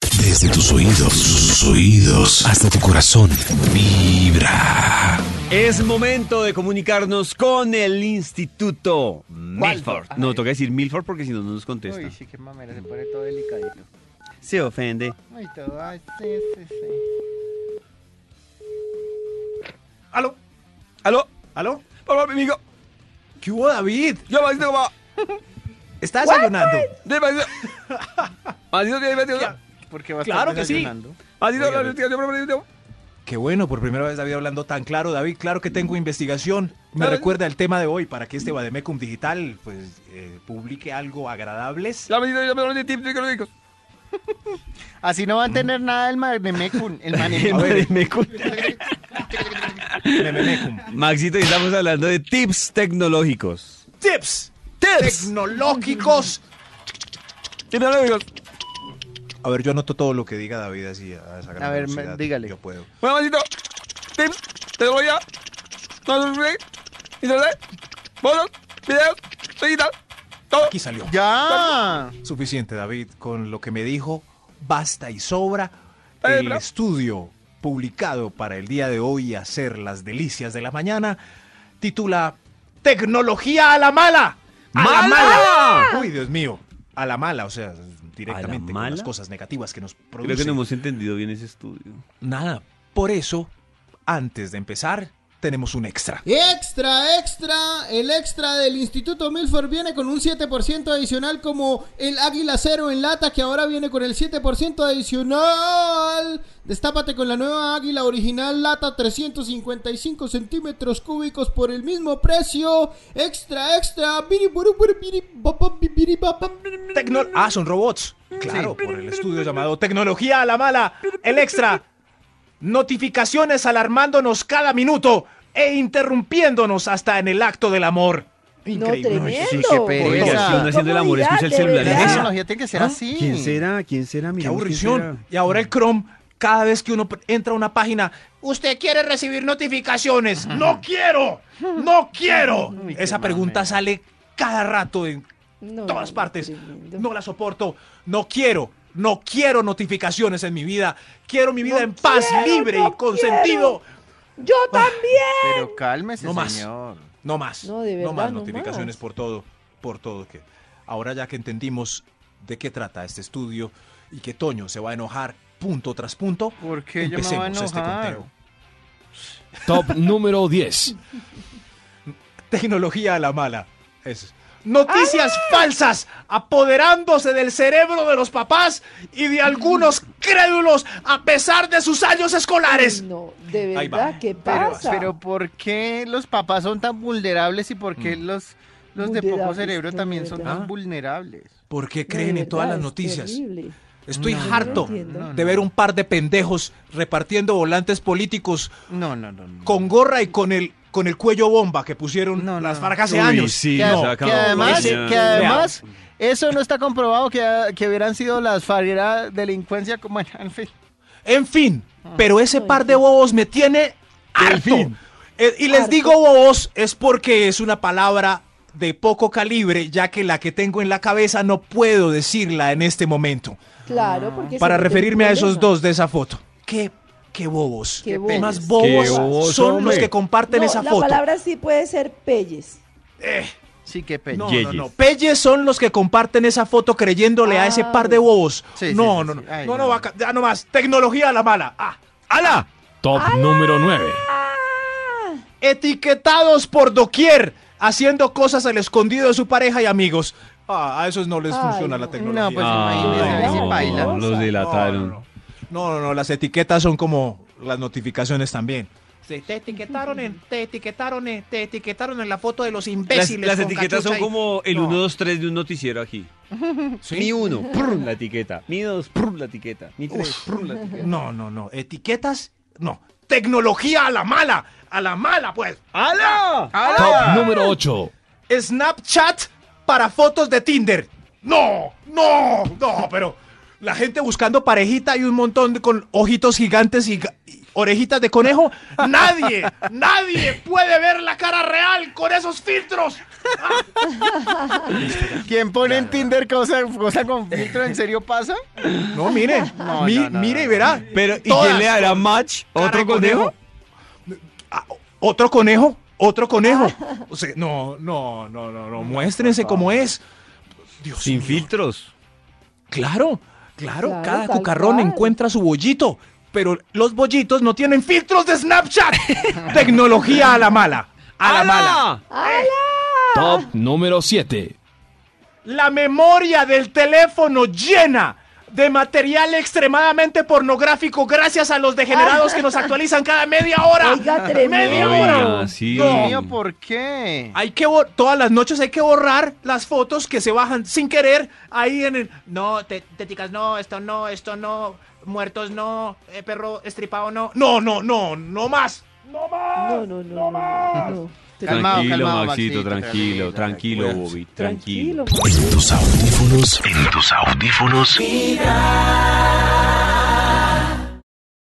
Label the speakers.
Speaker 1: Desde tus oídos, sus oídos, hasta tu corazón. Vibra.
Speaker 2: Es momento de comunicarnos con el Instituto Milford.
Speaker 3: Ajá.
Speaker 2: No, toca decir Milford porque si no, no nos contesta.
Speaker 3: Uy, sí, qué mamera, se pone todo delicadito.
Speaker 2: Se ofende.
Speaker 3: Uy, todo, ay, sí, sí, sí.
Speaker 4: ¿Aló?
Speaker 2: ¿Aló?
Speaker 4: ¿Aló?
Speaker 2: Papá, mi amigo.
Speaker 4: ¿Qué hubo, David?
Speaker 2: Yo me digo, papá.
Speaker 4: ¿Está desayunando?
Speaker 2: Yo me digo. Así no, así no,
Speaker 3: ¿Por qué vas
Speaker 4: Claro que sí.
Speaker 2: así no, así no, así no,
Speaker 4: Qué bueno, por primera vez David hablando tan claro. David, claro que tengo investigación. Me
Speaker 2: Claro.
Speaker 4: recuerda el tema de hoy para que este Bademecum Digital pues eh, publique algo agradables.
Speaker 2: La medida de los mejores tips psicológicos.
Speaker 3: Así no
Speaker 4: Mm.
Speaker 3: van a tener nada el Manemecum. El
Speaker 4: A
Speaker 3: Manemecum.
Speaker 4: ver.
Speaker 2: Me cu-
Speaker 4: Mememecum.
Speaker 2: Maxito, y estamos hablando de tips tecnológicos.
Speaker 4: Tips
Speaker 2: ¡Tips!
Speaker 4: tecnológicos.
Speaker 2: Tecnológicos.
Speaker 4: A ver, yo anoto todo lo que diga David así a esa gran
Speaker 3: A ver, me-
Speaker 4: velocidad.
Speaker 3: dígale.
Speaker 4: Yo puedo.
Speaker 2: Bueno, Maxito. Tips, tecnología. No se olvide. Internet. Bonos. Videos. Digital. Todo.
Speaker 4: Aquí salió.
Speaker 3: ¡Ya!
Speaker 4: Suficiente, David, con lo que me dijo. Basta y sobra
Speaker 2: Eh,
Speaker 4: el
Speaker 2: pero-
Speaker 4: estudio publicado para el día de hoy hacer las delicias de la mañana. Titula Tecnología a la mala. ¡A la
Speaker 2: ¡Mala!
Speaker 4: Uy, Dios mío. A la mala, o sea, directamente con
Speaker 2: mala?
Speaker 4: las cosas negativas que nos producen.
Speaker 2: Creo que no hemos entendido bien ese estudio.
Speaker 4: Nada. Por eso, antes de empezar, tenemos un extra.
Speaker 5: Extra, extra, el extra del Instituto Milford viene con un 7% adicional como el Águila Cero en lata que ahora viene con el 7% adicional. Destápate con la nueva Águila original lata 355 centímetros cúbicos por el mismo precio. Extra, extra. biri, buru, buru, biri, ba, ba, bi, biri, ba, ba.
Speaker 4: Tecno- ah, son robots. Claro, por el estudio llamado Tecnología a la Mala. El extra. Notificaciones alarmándonos cada minuto e interrumpiéndonos hasta en el acto del amor. Increíble.
Speaker 6: No, tremendo.
Speaker 3: sí, qué pereza.
Speaker 2: Oiga, si uno haciendo el amor
Speaker 6: Comodidad,
Speaker 2: escucha el
Speaker 6: de
Speaker 2: celular.
Speaker 3: La
Speaker 6: verdad.
Speaker 4: Esa. ¿Ah?
Speaker 3: tecnología tiene que ser así.
Speaker 2: ¿Quién será? ¿Quién
Speaker 3: Ah,
Speaker 2: será?
Speaker 4: Qué
Speaker 2: Miremos quién
Speaker 4: aburrición. Y ahora el Chrome, cada vez que uno pr- entra a una página, usted quiere recibir notificaciones. No quiero. No quiero.
Speaker 3: Uy, qué
Speaker 4: Esa pregunta
Speaker 3: mamera.
Speaker 4: sale cada rato en
Speaker 6: No,
Speaker 4: todas
Speaker 6: no,
Speaker 4: partes.
Speaker 6: tremendo.
Speaker 4: No la soporto. No quiero. No quiero notificaciones en mi vida. Quiero mi vida
Speaker 6: No
Speaker 4: en paz,
Speaker 6: quiero,
Speaker 4: libre y
Speaker 6: no
Speaker 4: con
Speaker 6: quiero.
Speaker 4: sentido.
Speaker 6: Yo
Speaker 4: Ah.
Speaker 6: también.
Speaker 3: Pero cálmese,
Speaker 4: No más.
Speaker 3: señor.
Speaker 4: No más.
Speaker 6: No, de verdad,
Speaker 4: más
Speaker 6: no
Speaker 4: notificaciones
Speaker 6: más.
Speaker 4: por todo. Por todo. que Ahora ya que entendimos de qué trata este estudio y que Toño se va a enojar punto tras punto,
Speaker 3: ¿Por qué yo me voy a
Speaker 4: empecemos este
Speaker 3: enojar?
Speaker 4: conteo.
Speaker 1: Top número 10.
Speaker 4: Tecnología a la mala. Es. Noticias falsas apoderándose del cerebro de los papás y de algunos crédulos a pesar de sus años escolares.
Speaker 6: No, de
Speaker 4: Ahí va.
Speaker 6: verdad, ¿qué
Speaker 4: Pero-
Speaker 6: pasa?
Speaker 3: Pero ¿por qué los papás son tan vulnerables y por qué
Speaker 4: Mm.
Speaker 3: los, los de poco
Speaker 6: Vulnerables,
Speaker 3: cerebro
Speaker 6: no,
Speaker 3: también
Speaker 6: de
Speaker 3: son
Speaker 6: verdad.
Speaker 3: tan vulnerables?
Speaker 4: ¿Por qué
Speaker 6: No,
Speaker 4: creen
Speaker 6: de
Speaker 4: en todas las
Speaker 6: verdad, es
Speaker 4: noticias?
Speaker 6: terrible.
Speaker 4: Estoy
Speaker 3: No,
Speaker 4: harto
Speaker 6: no entiendo.
Speaker 4: de ver un par de pendejos repartiendo volantes políticos
Speaker 3: No, no, no. no.
Speaker 4: con gorra y con el con el cuello bomba que pusieron
Speaker 3: No, no.
Speaker 4: las fargas hace
Speaker 2: Uy,
Speaker 4: años.
Speaker 2: sí,
Speaker 3: que,
Speaker 2: no, pues,
Speaker 3: ad-
Speaker 2: se acabó
Speaker 3: que además,
Speaker 2: ese-
Speaker 3: que además eso no está comprobado que, que hubieran sido las fargueras delincuencia como en en fin.
Speaker 4: En fin, pero ese par de bobos me tiene harto.
Speaker 2: fin.
Speaker 4: Eh, y les
Speaker 6: Harto.
Speaker 4: digo bobos es porque es una palabra de poco calibre, ya que la que tengo en la cabeza no puedo decirla en este momento.
Speaker 6: Claro,
Speaker 3: Ah.
Speaker 6: porque
Speaker 4: Para
Speaker 6: se mete en
Speaker 4: referirme a esos
Speaker 6: problemas.
Speaker 4: dos de esa foto. Qué, qué bobos.
Speaker 6: Qué bobos.
Speaker 4: Más
Speaker 2: Qué
Speaker 4: bobos
Speaker 2: bobos,
Speaker 4: son los
Speaker 2: hombre.
Speaker 4: que comparten
Speaker 6: No,
Speaker 4: esa
Speaker 6: la
Speaker 4: foto. Eh.
Speaker 6: palabra sí puede ser pelles.
Speaker 3: Sí, qué pena.
Speaker 4: No, no,
Speaker 2: Yeyes.
Speaker 4: no. Pelles son los que comparten esa foto creyéndole a ese
Speaker 6: Ah,
Speaker 4: par de
Speaker 6: bueno.
Speaker 4: bobos.
Speaker 3: Sí, sí,
Speaker 4: no,
Speaker 3: sí,
Speaker 4: no,
Speaker 3: sí.
Speaker 4: no,
Speaker 3: Ay,
Speaker 4: no,
Speaker 3: no.
Speaker 4: no, vaca- ya no más. Tecnología a la mala. Ah, ¡Ala!
Speaker 1: Top número 9.
Speaker 4: Etiquetados por doquier, haciendo cosas al escondido de su pareja y amigos. Ah, a esos no les
Speaker 6: Ay,
Speaker 4: funciona la
Speaker 6: no.
Speaker 4: tecnología.
Speaker 3: No, pues, imagínese,
Speaker 4: no,
Speaker 3: si baila.
Speaker 2: Ah, no, los delataron.
Speaker 4: No, no, no, no, las etiquetas son como las notificaciones también. te etiquetaron en, te etiquetaron en, te etiquetaron en la foto de los
Speaker 2: Las, las etiquetas son como el 1, 2, 3 de un noticiero aquí. Mi 1, prrr, la etiqueta. Mi 2, prrr, la etiqueta. Mi 3, prrr, la etiqueta.
Speaker 4: No, no, no. Etiquetas, no. Tecnología a la mala. A la mala, pues.
Speaker 2: ¡Ala!
Speaker 1: Top número 8.
Speaker 4: Snapchat para fotos de Tinder. No, no, no, pero la gente buscando parejita y un montón de- con ojitos gigantes y, ga- y- orejitas de conejo, nadie, nadie puede ver la cara real con esos filtros.
Speaker 3: ¿Quién pone en Tinder cosa, cosa con filtro? ¿En serio pasa?
Speaker 4: No, mire,
Speaker 3: No,
Speaker 4: mi-
Speaker 3: no, no,
Speaker 4: mire y
Speaker 3: no.
Speaker 4: verá.
Speaker 2: Pero, ¿y
Speaker 4: Todas
Speaker 2: quién le hará match?
Speaker 4: cara
Speaker 2: ¿Otro
Speaker 4: de
Speaker 2: conejo?
Speaker 4: Ah, ¿Otro conejo? ¿Otro conejo? O sea, no, no, no, no, no, muéstrense cómo es. Dios
Speaker 2: Sin
Speaker 4: mío.
Speaker 2: filtros.
Speaker 4: Claro, claro,
Speaker 6: Claro,
Speaker 4: cada
Speaker 6: tal
Speaker 4: cucarrón
Speaker 6: cual.
Speaker 4: encuentra su bollito, pero los bollitos no tienen filtros de Snapchat. Tecnología a la mala, a la mala.
Speaker 1: Top número 7.
Speaker 4: La memoria del teléfono llena de material extremadamente pornográfico gracias a los degenerados que nos actualizan cada media hora.
Speaker 6: Oiga, tremendo.
Speaker 4: Media
Speaker 2: Oiga,
Speaker 4: hora.
Speaker 2: sí.
Speaker 4: No.
Speaker 3: Mío, ¿por qué?
Speaker 4: Hay que bor- todas las noches hay que borrar las fotos que se bajan sin querer ahí en el no, te- teticas no, esto no, esto no, muertos no, eh, perro estripado no. No, no, no, no más. No más.
Speaker 6: No, no, no, no, no, no.
Speaker 3: Calmado,
Speaker 2: tranquilo,
Speaker 3: calmado,
Speaker 2: Maxito,
Speaker 3: Maxito,
Speaker 2: tranquilo, tranquilo,
Speaker 4: tranquilo.
Speaker 2: Bobby, tranquilo.
Speaker 6: Tranquilo.
Speaker 1: En tus audífonos. En tus audífonos.